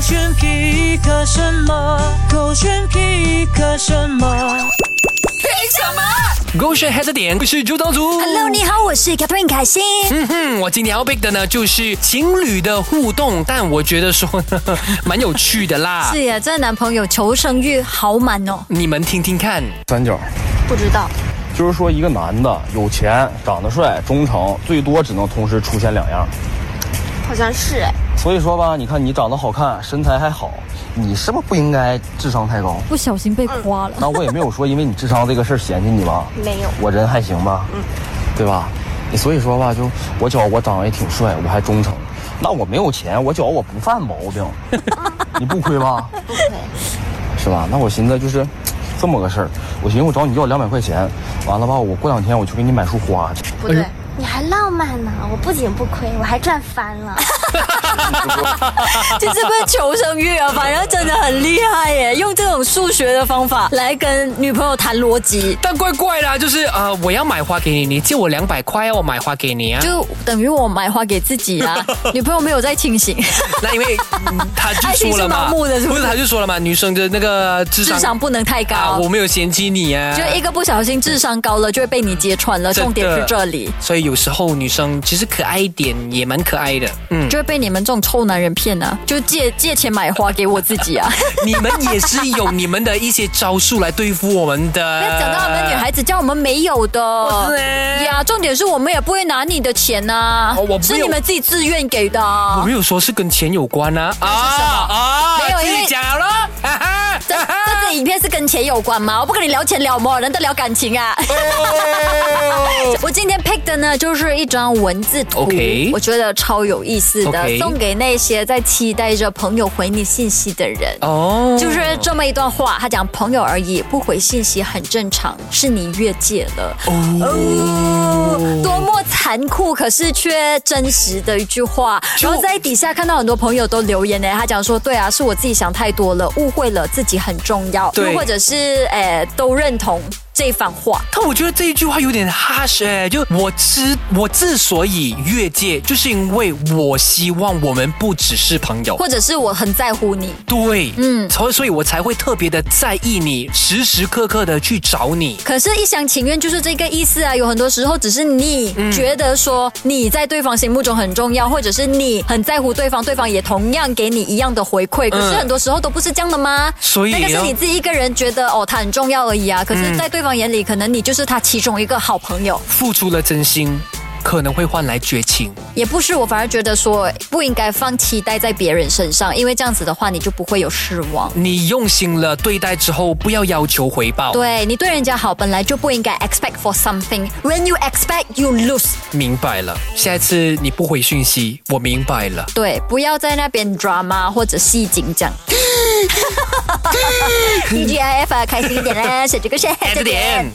选皮克什么？狗选皮克什么？凭什么勾选黑色点，我是朱东主。 ？Hello，你好，我是 Catherine 凯欣。嗯哼，我今天要 pick 的呢，就是情侣的互动，但我觉得说 呢，蛮有趣的啦。 是呀，这男啊朋友求生欲好满哦。你们听听看，三角，不知道，就是说一个男的有钱、长得帅、忠诚，最多只能同时出现两样。好像是哎，所以说吧，你看你长得好看，身材还好，你是不是不应该智商太高？不小心被夸 了。那我也没有说因为你智商这个事儿嫌弃你吧， 没有我人还行吧，嗯，对吧？你所以说吧，就我觉得我长得也挺帅，我还忠诚，那我没有钱，我觉得我不犯毛 病，你不亏吧？不亏。是吧？那我寻思就是这么个事儿，我寻思我找你要两百块钱，完了吧，我过两天我去给你买束花去。不对，你还浪漫呢！我不仅不亏，我还赚翻了。这是不是求生欲啊？反正真的很厉害耶，用这种数学的方法来跟女朋友谈逻辑，但怪怪啦，就是呃，我要买花给你，你借我两百块，哦我买花给你啊。 就等于我买花给自己 啊。女朋友没有在清醒，那因为嗯他就 爱情说是了嘛，盲目的是不不是是他就说了嘛，女生的那个智商 智商不能太高。 啊，我没有嫌弃你啊。就一个不小心智商高了，就会被你揭穿了。真的重点是这里，所以有时候女生其实可爱一点也蛮可爱的。嗯，就会被你们这种臭男人骗啊！就借借钱买花给我自己 啊！你们也是有你们的一些招数来对付我们的。 不要讲到我们 女孩子叫我们没有的，是欸呀，重点是我们也不会拿你的钱呐、哦我没有是你们自己自愿给的。我没有说是跟钱有关啊啊啊没有自因为己讲了咯， 哈哈这这支影片是跟钱有关吗？我不跟你聊钱聊么？人都聊感情啊。我今天 pick 的呢，就是一张文字图哦 OK 我觉得超有意思的 OK 送给那些在期待着朋友回你信息的人。 哦，就是这么一段话，他讲朋友而已，不回信息很正常，是你越界了。哦，多么残酷，可是却真实的一句话。就然后在底下看到很多朋友都留言呢，他讲说，对啊，是我自己想太多了，误会了，自己很重要，对又或者是诶、都认同这番话。但我觉得这一句话有点 hush 哎、就我之我之所以越界，就是因为我希望我们不只是朋友。或者是我很在乎你，对，嗯，所以所以我才会特别的在意你，时时刻刻的去找你。可是，一厢情愿就是这个意思啊。有很多时候，只是你嗯觉得说你在对方心目中很重要，或者是你很在乎对方，对方也同样给你一样的回馈。可是很多时候都不是这样的吗？嗯所以啊那个是呢你自己一个人觉得哦，他很重要而已啊。可是，在对方眼里，可能你就是他其中一个好朋友，付出了真心，可能会换来绝情。也不是。我反而觉得说不应该放期待在别人身上，因为这样子的话，你就不会有失望。你用心了对待之后，不要要求回报。对你对人家好，本来就不应该 expect for something. When you expect, you lose. 明白了，下一次你不回讯息，我明白了。对，不要在那边 drama 或者戏精这样。D G I F 啊，开心一点啦，选这个选点。